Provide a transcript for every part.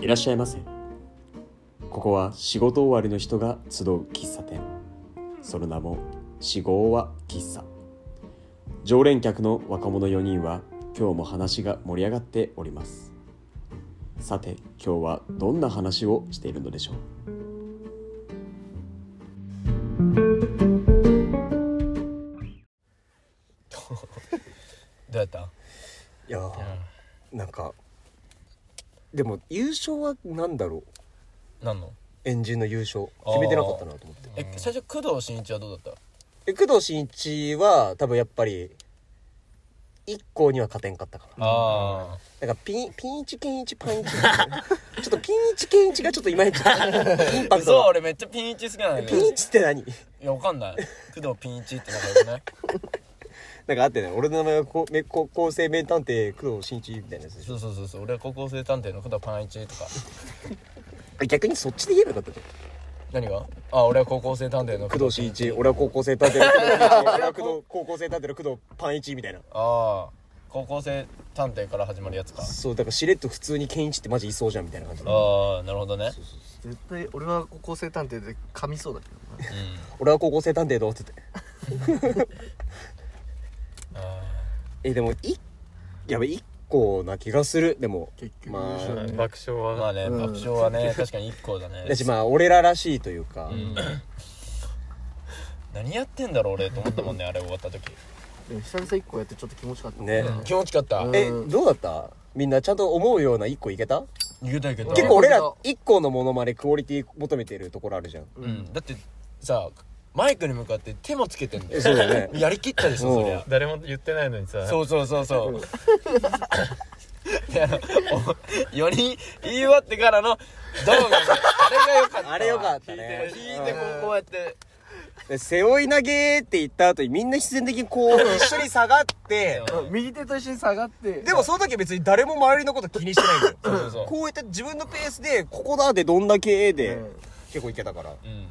いらっしゃいませここは仕事終わりの人が集う喫茶店その名も四号は喫茶常連客の若者4人は今日も話が盛り上がっておりますさて今日はどんな話をしているのでしょうどうやったいやーなんかでも優勝は何だろう何の演じの優勝あー決めてなかったなと思ってえ最初工藤新一はどうだったえ工藤新一は多分やっぱり一校には勝てんかったかなあなんかピンピンイチケンイチパンイチちょっとピンイチケンイチがちょっといまいちインあパクト嘘が俺めっちゃピンイチ好きなんだけピどンいイチって何やわかんない工藤ピンイチって仲良く ないなんかあってね俺の名前はこめこ構成名探偵工藤新一みたいなやつでしょそうそうそうそう俺は高校生探偵の工藤パンイチとかえ逆にそっちで言えばよかったじゃん何があ俺は高校生探偵の工藤新一俺は高校生探偵の工藤 新一俺は工藤高校生探偵の工藤パンイチみたいなああ高校生探偵から始まるやつかそうだからしれっと普通にケンイチってマジいそうじゃんみたいな感じでああなるほどね絶対俺は高校生探偵で噛みそうだけどな俺は高校生探偵どうって言ってうんあえでもいやべ一個な気がするでも結局まあ優勝だね爆笑ーまあはねうん爆笑はね確かに一個 だねだしまあ俺ららしいというか、うん 何やってんだろう俺と思ったもんねあれ終わった時でも久々一個やってちょっと気持ちよかったね気持ちよかったうんえどうだったみんなちゃんと思うような一個いけた逃げたいけど結構俺いけらた一個のものまでクオリティ求めてるところあるじゃんうんだってさマイクに向かって手もつけてんだよそうだよねやりきったでしょそりゃ誰も言ってないのにさそうそうそうそう であのお4人言い終わってからの動画があれが良かったわあれよかった弾ねいてこうこうやってで背負い投げって言った後にみんな必然的にこう一緒に下がってうん右手と一緒に下がってでもその時は別に誰も周りのこと気にしてないんだよそうそうそこういった自分のペースでここだでどんだけで、うん結構いけたからううん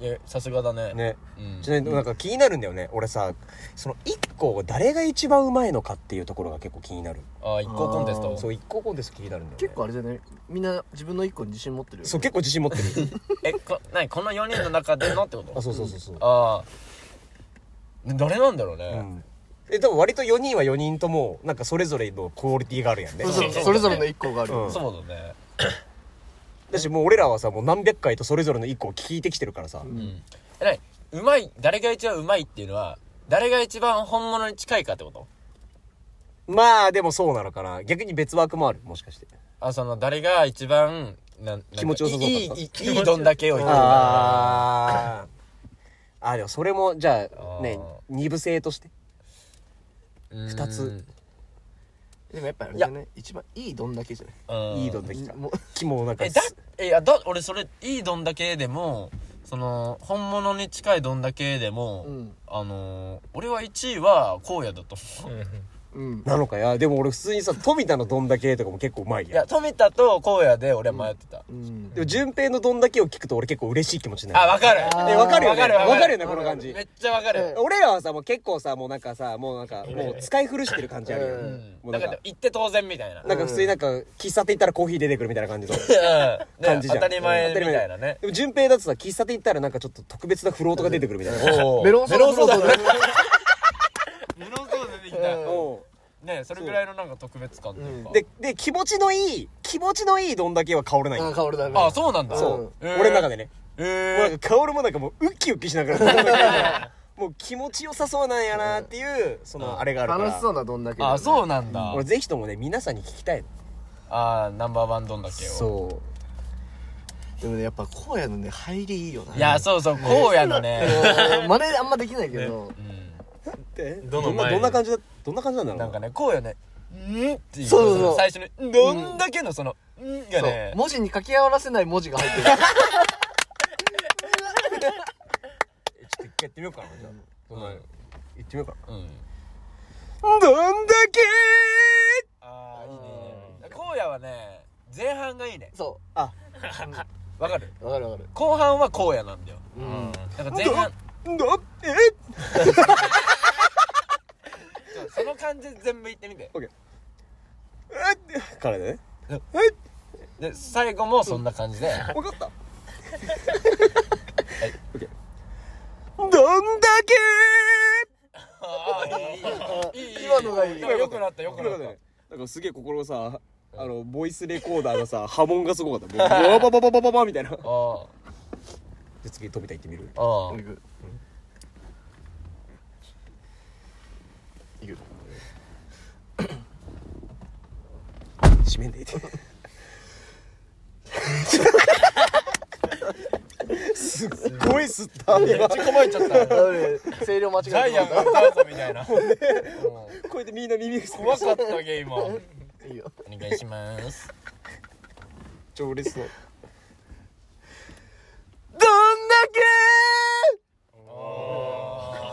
えさすがだねねうんちなみになんか気になるんだよね俺さその1個誰が一番うまいのかっていうところが結構気になるあ一個コンテストそう1個コンテスト気になるんだよね結構あれじゃないみんな自分の一個に自信持ってるよねそう結構自信持ってる えこ何この4人の中でのってことあそうそうそうそうああ誰なんだろうね、うんえでも割と4人は4人ともなんかそれぞれのクオリティがあるやんねそうそうそうそれぞれの一個があるようんねそうだねだしもう俺らはさもう何百回とそれぞれの1個を聞いてきてるからさ、うんえ何うまい誰が一番うまいっていうのは誰が一番本物に近いかってことまあでもそうなのかな逆に別枠もあるもしかしてあその誰が一番なんなんか気持ちよさそうだったいいいいいいどんだけを言ってるかあーあでもそれもじゃあねあ二部制として2二つでもやっぱあれじゃない一番いいどんだけじゃないいいどんできたもう気もなんかえだえいやだ俺それいいどんだけでもその本物に近いどんだけでも、うんあのー俺は1位は荒野だと思ううんなのかやでも俺普通にさ富田のどんだけとかも結構うまいいややん富田と荒野で俺は迷ってた、うんでも順平のどんだけを聞くと俺結構嬉しい気持ちになある分かるあえわかるよねわかるわかるわかるよねこの感じめっちゃ分かる、俺らはさもう結構さもうなんかさもうなんかもう使い古してる感じあるよううねんもうなだんかから言って当然みたいななんか普通になんか喫茶店行ったらコーヒー出てくるみたいな感じのうん感じじゃん当たり前みたいなねでも順平だとさ喫茶店行ったらなんかちょっと特別なフロートが出てくるみたいなおうメロンソーダメロンソーダメロンソーメロンソーダ出てきたうんおうねそれぐらいのなんか特別感っていうかでで気持ちのいい気持ちのいいどんだけは香らないダあ香るだねあそうなんだそう、えー俺の中でね、えもうーなんか薫もなんかもうウキウキしなが らもう気持ちよさそうなんやなっていうそのあれがあるから楽しそうなどんだけだよねあそうなんだ俺ぜひともね皆さんに聞きたいのあーナンバーワンどんだけをそでもねやっぱ荒野のね入りいいよないやそうそう荒野のねうん真似あんまできないけどうでどのんな前どんな感じだどんな感じなんだろうなんかね荒野ね「ん?」っていうそうそうそう最初に「どんだけ」のその「ん」がそうね文字に書き合わせない文字が入ってるちょっと一回やってみようかなじゃあそんなの行ってみようかうんなどんだけああいいねいいね荒野はね前半がいいねそあわかるうわかるわかる後半は荒野なんだようんなんか前半だってそうその感じで全部言ってみてあっからねで最後もそんな感じ で分かったどんだけ今のがいい今よくなったよくななっんたかねなんかすげえ心がさあのボイスレコーダーのさ波紋がすごかったもうバババババババみたいなじゃああ次飛びた行ってみるあああいくいく閉めんでいいてすっごい吸っためっちゃ構えちゃった あれ声量間違えジてャイアンが歌うぞみたいなうんこうやってみんな耳が す怖かったゲイもいいよお願いします超嬉しそうどんだ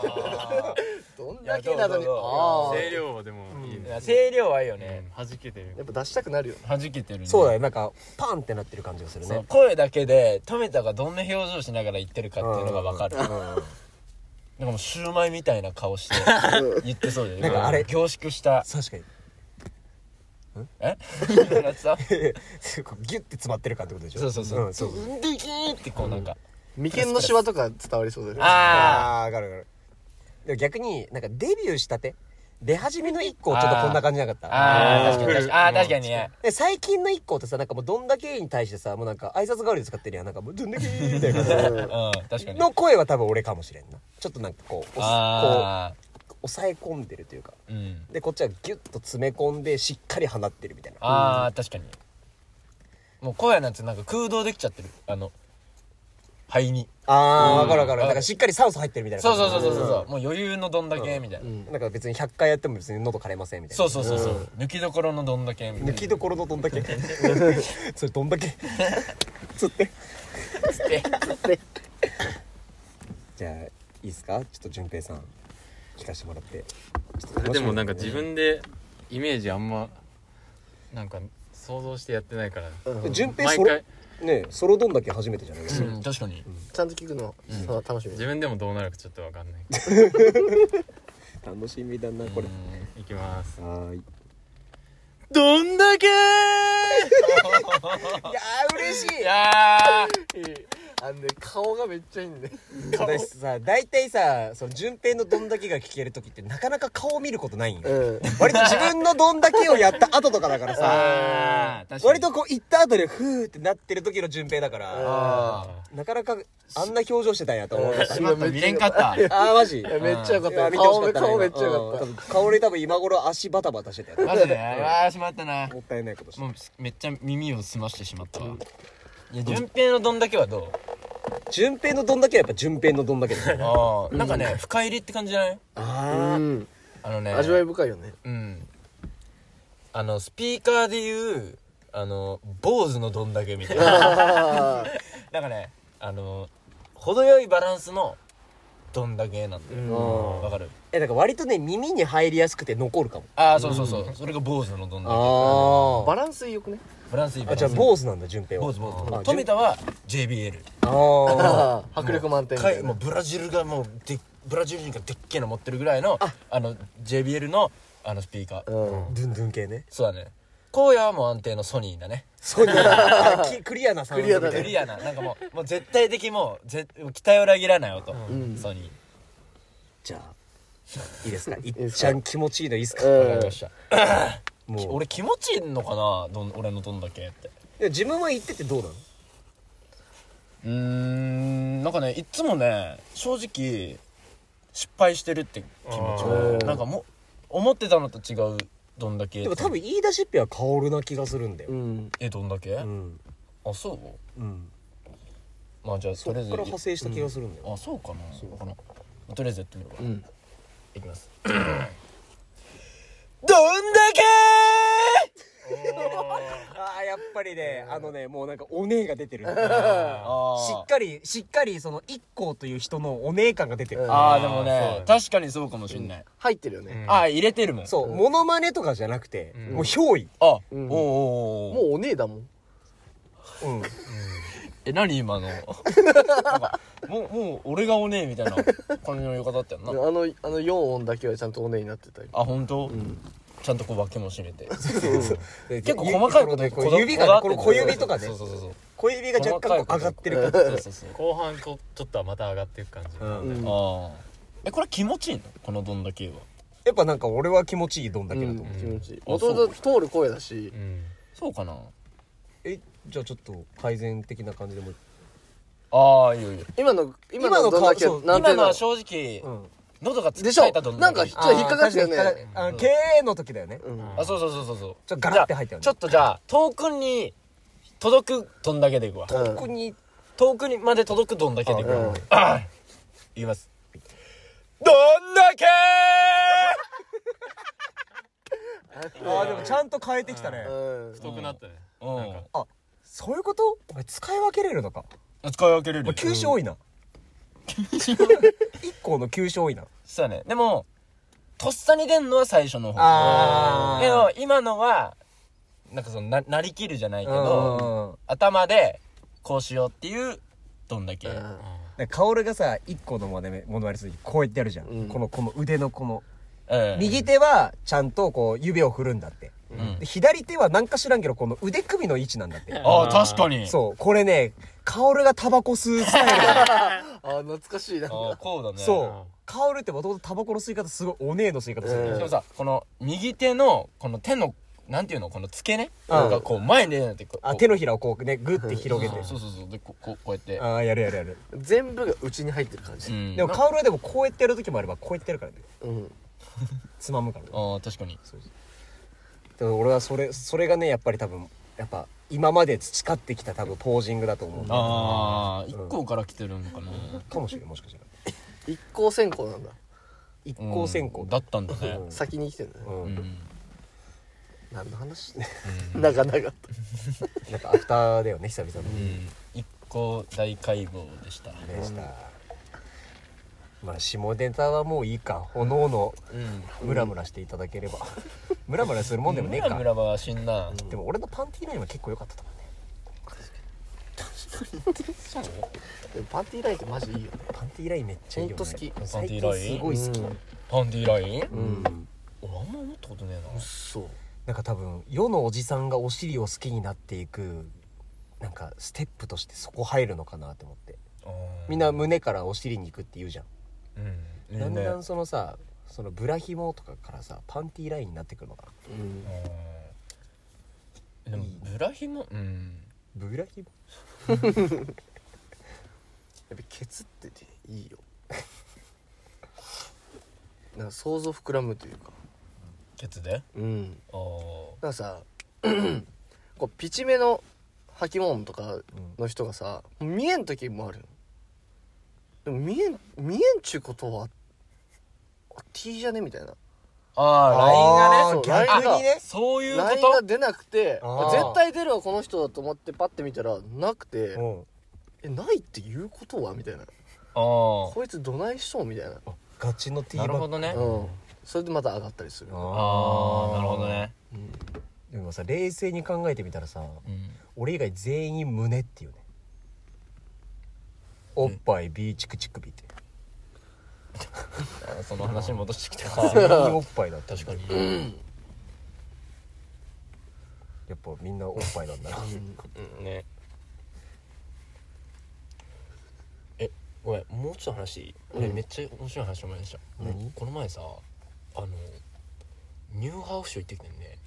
けどんだけなのいやどうぞどにうぞああ声量はでもいいいねや声量はいいよねね弾けてるやっぱ出したくなるよね弾けてるねそうだねなんかパンってなってる感じがするそねう声だけで富田がどんな表情しながら言ってるかっていうのが分かるなんかもうシューマイみたいな顔して言ってそうじゃなんかあれ凝縮した確かにえギュッて詰まってるかってことでしょそうそうそうんそうそうできーってこうなんか眉間のシワとか伝わりそうだよねああーわかるわかるでも逆になんかデビューしたて出始めの一個ちょっとこんな感じなかっあたあうあん確かに確かにああ確かにねで最近の一個ってさなんかもうどんだけに対してさもうなんか挨拶代わりで使ってるやんなんかもうどんだけみたいな感うん確かじにの声は多分俺かもしれんなちょっとなんかこう押ああこう抑え込んでるというかうんでこっちはギュッと詰め込んでしっかり放ってるみたいなああ確かにもう声なんてなんか空洞できちゃってるあの肺にあー、わかるわかる。うんだからしっかり酸素入ってるみたいなそ感うじ。そうそうそうそうもう余裕のどんだけみたいなうん。だから別に100回やっても別に喉枯れませんみたいな。そうそうそうそう抜きどころのどんだけみたいな抜きどころのどんだ けそれどんだけつって。じゃあ、いいっすかちょっと淳平さん、聞かせてもらって。ちょっと楽しみだねでもなんか自分でイメージあんまなんか想像してやってないから淳平毎ソロ、回ねえソロどんだけ初めてじゃないですか。うん確かにちゃんと聞くのそう楽しみ自分でもどうなるかちょっとわかんない楽しみだな、これ。いきますはーい。どんだけいやー、嬉しいいやあのね顔がめっちゃいいんで私さ、大体さ、その淳平のどんだけが聞ける時ってなかなか顔見ることないんよ。うん割と自分のどんだけをやった後とかだからさあー確かに割とこう行った後でふーってなってる時の順平だからあなかなかあんな表情してたんや と思うかったー見れんかったあーマジいいやめっちゃよかったやよ見てほしかっ顔めた顔めっちゃよかっ多分顔俺多分今頃足バタバタしてたよマジでああしまったなもったいないことしてもうめっちゃ耳を澄ましてしまったわいや順平のどんだけはど順平のどんだけはやっぱ順平のどんだけだうねああなんかね深入りって感じじゃないたあうんあのね味わい深いよねうんあのスピーカーで言うあの坊主のどんだけみたいななんかねあの程よいバランスのどんだけなんだよわかるえだから割とね耳に入りやすくて残るかもああそうそうそうそれが坊主のどんだ バランス良くねけフランスいいバラあンじゃあス坊主なんだ順平は坊主坊あ主富田は JBL あーああ 迫力満点みたかいいもうなブラジルがもうでブラジル人がでっけえの持ってるぐらいのあの JBL のあのスピーカー、うんドゥンドゥン系ねそうだね荒野はもう安定のソニーだねそ うねあきクリアなサウンドみたいなククリアななんかもうもう絶対的もうぜ期待を裏切らない音、ソニじゃあいいですかいっですちかゃん気持ちいいのいいですかーわかりましたも俺気持ちいいのかなどん俺のどんだけってう自分は言っててどうなのうーんなんかねいっつもね正直失敗してるって気持ちがなんかもう思ってたのと違うどんだけでも多分言い出しっぺは薫な気がするんだようんえどんだけ、うんあそううんまあじゃあとそっかりあえずら派生した気がするんだよあそうかなそうかなとりあえずやってみようか、うんいきます どんだけああやっぱりねあのねもうなんかお姉が出てるしあっかりしっかりその一行という人のお姉感が出てるうんあーでもそうねだ確かにそうかもしんない、入ってるよねああー入れてるもんそうモノマネとかじゃなくてんもう憑依あ、うんおおおもおうお姉だもんうんえ何今のなんかもうもう俺がおねえみたいな感じの言い方だったよあなのあの4音だけはちゃんとお姉になってたりあ本当、ちゃんとこう脇も締めて結結構細かいことこの指がねここだのわ小指とかねそうそうそうそう小指が若干こう上がってる感じそうそうそう後半こうちょっとはまた上がっていく感じ、うんああえこれ気持ちいいのこのどんだけはやっぱなんか俺は気持ちいいどんだけだと思う、うん気持ちいいあもともと通る声だしうんそうかなえじゃあちょっと改善的な感じでもうああいいよいいよ今の今今ののどんだけ顔そうなんて今いうのはの正直、ん喉がつっでしょかえたどんだけなんかちょっと引っかかってたよねあ確かに引っかかるあの経営の時だよね、うんあそうそうそうそうそうちょっとガラッて入ったよねじゃあちょっとじゃあ遠くに届くどんだけでいくわうんここに遠くにまで届くどんだけでいくうんわあいきますどんだけあーでもちゃんと変えてきたね、うん太くなったね、うんそういうこと俺使い分けれるのか使い分けれる俺球種多いな、 一個の球種多いなそうだねでもとっさに出んのは最初の方あでも今のはなんかそのななりきるじゃないけど頭でこうしようっていうどんだけうん薫がさ一個のものまねする時こうやってやるじゃん、うんこのこの腕のこのうん右手はちゃんとこう指を振るんだって、んで左手はなんか知らんけどこの腕首の位置なんだってああ確かにそうこれね薫がタバコ吸うスタイルだねあ懐かしいなああこうだねそう薫ってもともとタバコの吸い方すごいおねえの吸い方する、うんでもさこの右手のこの手のなんていうのこの付け根うんがこう前に出ないとこうあ手ののひらをこうねグッて広げて、そうそうそうでこうこうこうやってああやるやるやる、全部が内に入ってる感うじんでも薫はでもこうやってやる時もあればこうやってやるからねうんつまむからねああ確かにでも俺はそれそれがねやっぱり多分やっぱ今まで培ってきた多分ポージングだと思うかああ一個から来てるのかなもしれないもしかしたら一向先行なんだ一向先行うんだったんだね先に来てるんだうねん、うん何の話長々となんかアフターだよね久々の、一個大解剖でしたでした、まあ下ネタはもういいかおのおのうんムラムラしていただければ、 ムラムラするもんでもねえムかラムラは死んだでも俺のパンティーラインは結構良かったと思うねでもパンティーラインってマジいいよねパンティーラインめっちゃいいよ、ね、ほんと好きパンティーライン最近すごい好き、うんパンディーラインうん俺あんま思ったことねえなそうなんか多分世のおじさんがお尻を好きになっていくなんかステップとしてそこ入るのかなと思ってみんな胸からお尻に行くって言うじゃん、うんだんねだんそのさそのブラひもとかからさパンティーラインになってくるのかなううんんでもブラヒもうんブラひもやっぱケツってねいいよ なんか想像膨らむというかケツでうんあーなんかさ こうピチめの履き物とかの人がさ見えん時もあるよでも見えん見えんちゅうことはあ T じゃねみたいなあラインがねそうあーラインが逆にねーそういうラインこが出なくてあー絶対出るわこの人だと思ってパッて見たらなくてうんえないっていうことはみたいなとこいつどないしとうみたいなガチのテああィなーるほバッグどねうんそれでまた上がったりするあああなるほどねうんでもさ冷静に考えてみたらさうん俺以外全員胸っていうねおっぱい B チクチクビってあーその話に戻してきた全員おっぱいだった確かにやっぱみんなおっぱいなんだ なうんねえごめんもうちょっと話していい俺めっちゃ面白い話思い出した、何この前さあのニューハーフショー行ってきてんね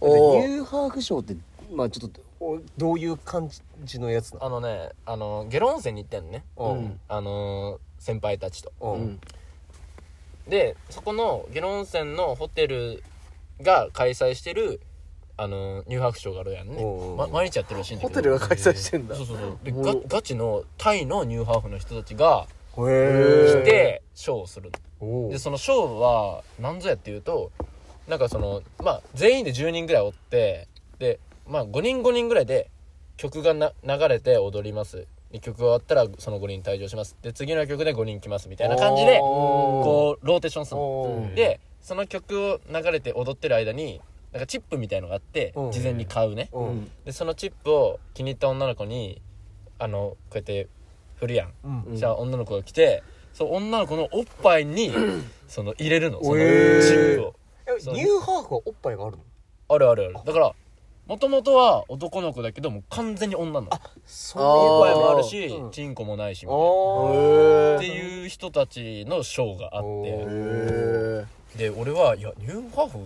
おニーューハーフショーってまあちょっとおどういう感じのやつなのあのねあの下呂温泉に行ってんのねうんあの先輩たちとううんんでそこの下呂温泉のホテルが開催してるあのニューハーフショーがあるやんね、おうま毎日やってるらしいんだホけどテルが開催してんだそうそうそうでおガうガチのタイのニューハーフの人たちがへ来えてショーをするのおうでそのショーは何ぞやっていうとなんかそのまあ全員で10人ぐらいおってでまあ5人5人ぐらいで曲がな流れて踊りますで曲が終わったらその5人退場しますで次の曲で5人来ますみたいな感じでおこうローテーションするのおうでその曲を流れて踊ってる間になんかチップみたいのがあってうん事前に買うねおうでそのチップを気に入った女の子にあのこうやって振るやんうんじゃあ女 の子が来て、そう女の子のおっぱいにその入れるのそのチえーップを、ニそうューハーフはおっぱいがあるのあるあるあるだからもともとは男の子だけどもう完全に女の子そう声いうあーもあるし、うんチンコもないしみたいなあっていう人たちのショーがあってへで俺はいやニューハーフ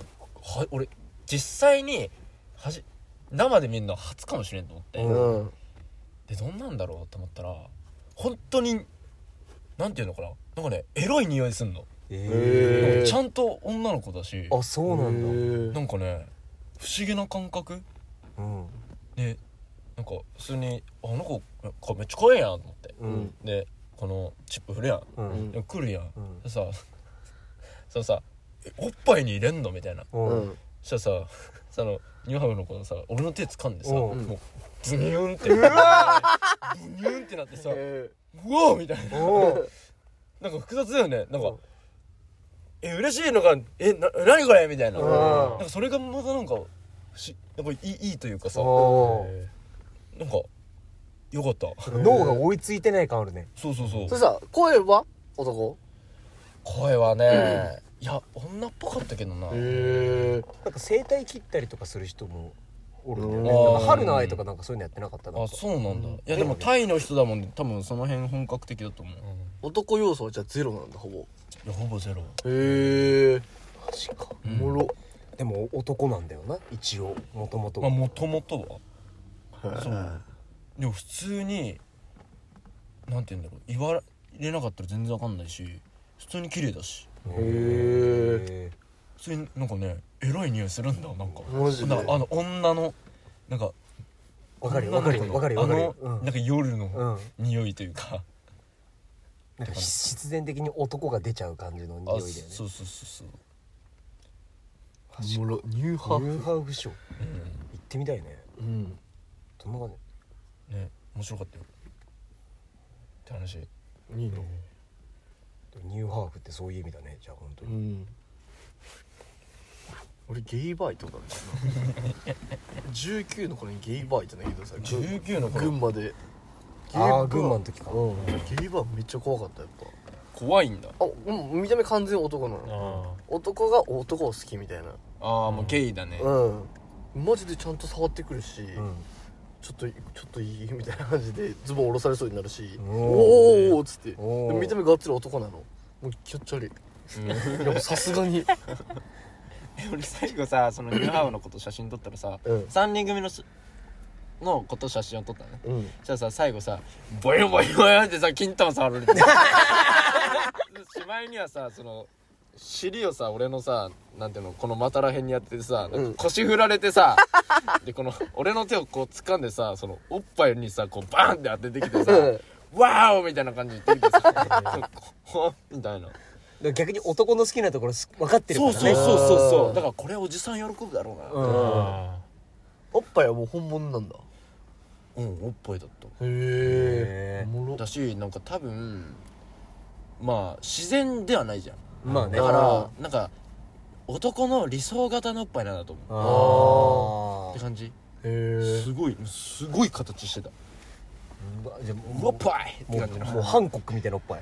は俺実際にはじ生で見るのは初かもしれんと思って、えうんでどんなんだろうと思ったら本当になんていうのかななんかねエロい匂いすんの、へちゃんと女の子だしあそうなんだだなんかね不思議な感覚うんでなんか普通にあの子こめっちゃ可愛いやんと思ってうんでこのチップ振るやんうんで来るやん、うんでさそのさえ「おっぱいに入れんの?」みたいなうんうんそしたらさそのニューハーフの子のさ俺の手掴んでさおうもうズニューンってうわズニューンってなってさ「うわ!」みたいななんか複雑だよねなんか「え嬉しいのかえな何これ?」みたいななんかそれがまたなんかしなんかいいいいというかさおーなんかよかった脳が追いついてない感あるねそうそうそうそれさ声は男声はね、いや女っぽかったけどな、へえなんか声帯切ったりとかする人もおるんだよねうんなんか春の愛とかなんかそういうのやってなかったなんあかそうなんだ、いやでもタイの人だもんね多分その辺本格的だと思う、男要素はじゃあゼロなんだほぼいやほぼゼロへえマジかおもろでも男なんだよな一応もともとまあもともとはそうでも普通になんて言うんだろう言われなかったら全然わかんないし普通に綺麗だしへええ普通になんかねエロい匂いするんだなんかマジでなんかあの女のなんかわかるよ女のわか子るのよわかるよわかるよあの、うんなんか夜うのん匂いというか、なんか必然的に男が出ちゃう感じのあ匂いだよねそうそうそうそうおもろニューハニューーフハーフショー行うってみたいねうんどんな感じんね面白かったよって話いいのニューハーフってそういう意味だねじゃあ本当うにん俺ゲイバイとかだな19の頃にゲイバイってんだけどさ群19の頃群馬でああ群馬の時かうんゲイバイめっちゃ怖かったやっ怖いんだぱあうん見た目完全男なのあ男が男を好きみたいなあーもうゲイだねうんマジでちゃんと触ってくるし、うんちょっとちょっといいみたいな感じでズボン下ろされそうになるしおおーーおーおーっつっておーで見た目がっつり男なのもう気持ち悪いいやもうさすが に 俺最後さそのニューハーフのこと写真撮ったらさうん3人組のしのこと写真を撮ったのねうんじゃあさ最後さボヨボヨボヨってさ金玉触られてしまいにはさその尻をさ俺のさなんていうのこの股らへんにやってさなんか腰振られてさ、でこの俺の手をこう掴んでさそのおっぱいにさこうバーンって当ててきてさうん「ワーオ!」みたいな感じで言ってきてさ「こうみたいなだから逆に男の好きなところす分かってるからそうねそうそうそうそうだからここれおじさん喜ぶだろうな」おっぱいはもう本物なんだうんおっぱいだったへえおもろだしなんか多分まあ自然ではないじゃんまあねだかあらなんか男の理想型のおっぱいなんだと思うあって感じへえすごいすごい形してたうわじゃあおもっぱいっうて感もじうのもうハンコックみたいなおっぱい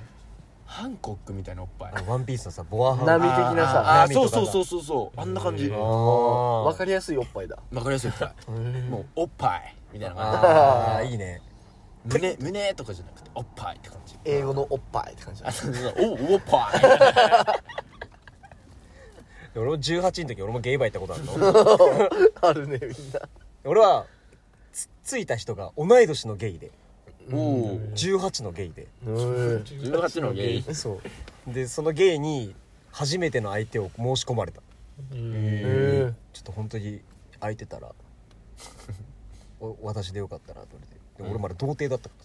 ハンコックみたいなおっぱいあのワンピースのさボアハン波的なさああ波とそうかがそうそうそうそうあんな感じへわあわかりやすいおっぱいだかりやすいおっぱいもうおっぱいみたいな感じあーいいね胸胸とかじゃなくておっぱいって感じ英語のおっぱいって感じだあそうそうおおっぱい俺も18の時俺もゲイバー行ったことあるの あるねみんな俺はつついた人が同い年のゲイでおお18のゲイで18のゲイそうでそのゲイに初めての相手を申し込まれたへちょっと本当に空いてたらお私でよかったなと思ってでも俺まだ童貞だったから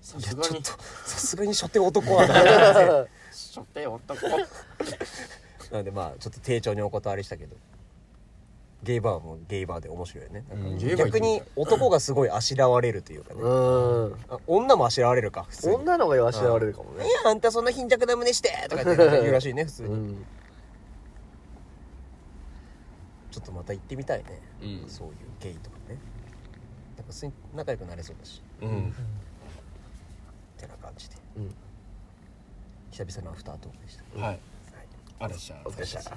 さ、さいすやがちょっにとさすがに初手男はなしょって男なんでまあちょっと丁重にお断りしたけどゲイバーもゲイバーで面白いよねなんかうんゲイバー行って逆に男がすごいあしらわれるというかね、 うんあ女もあしらわれるか普通に女の方が弱しらわれるかもねいやあんたそんな貧弱な胸して」とかって言うらしいね普通に、うんちょっとまた行ってみたいね、うんそういうゲイとかねなんか普通に仲良くなれそうだしうんってな感じで、うん久々のアフタートークでしたはいあらっしゃいお疲れ様でした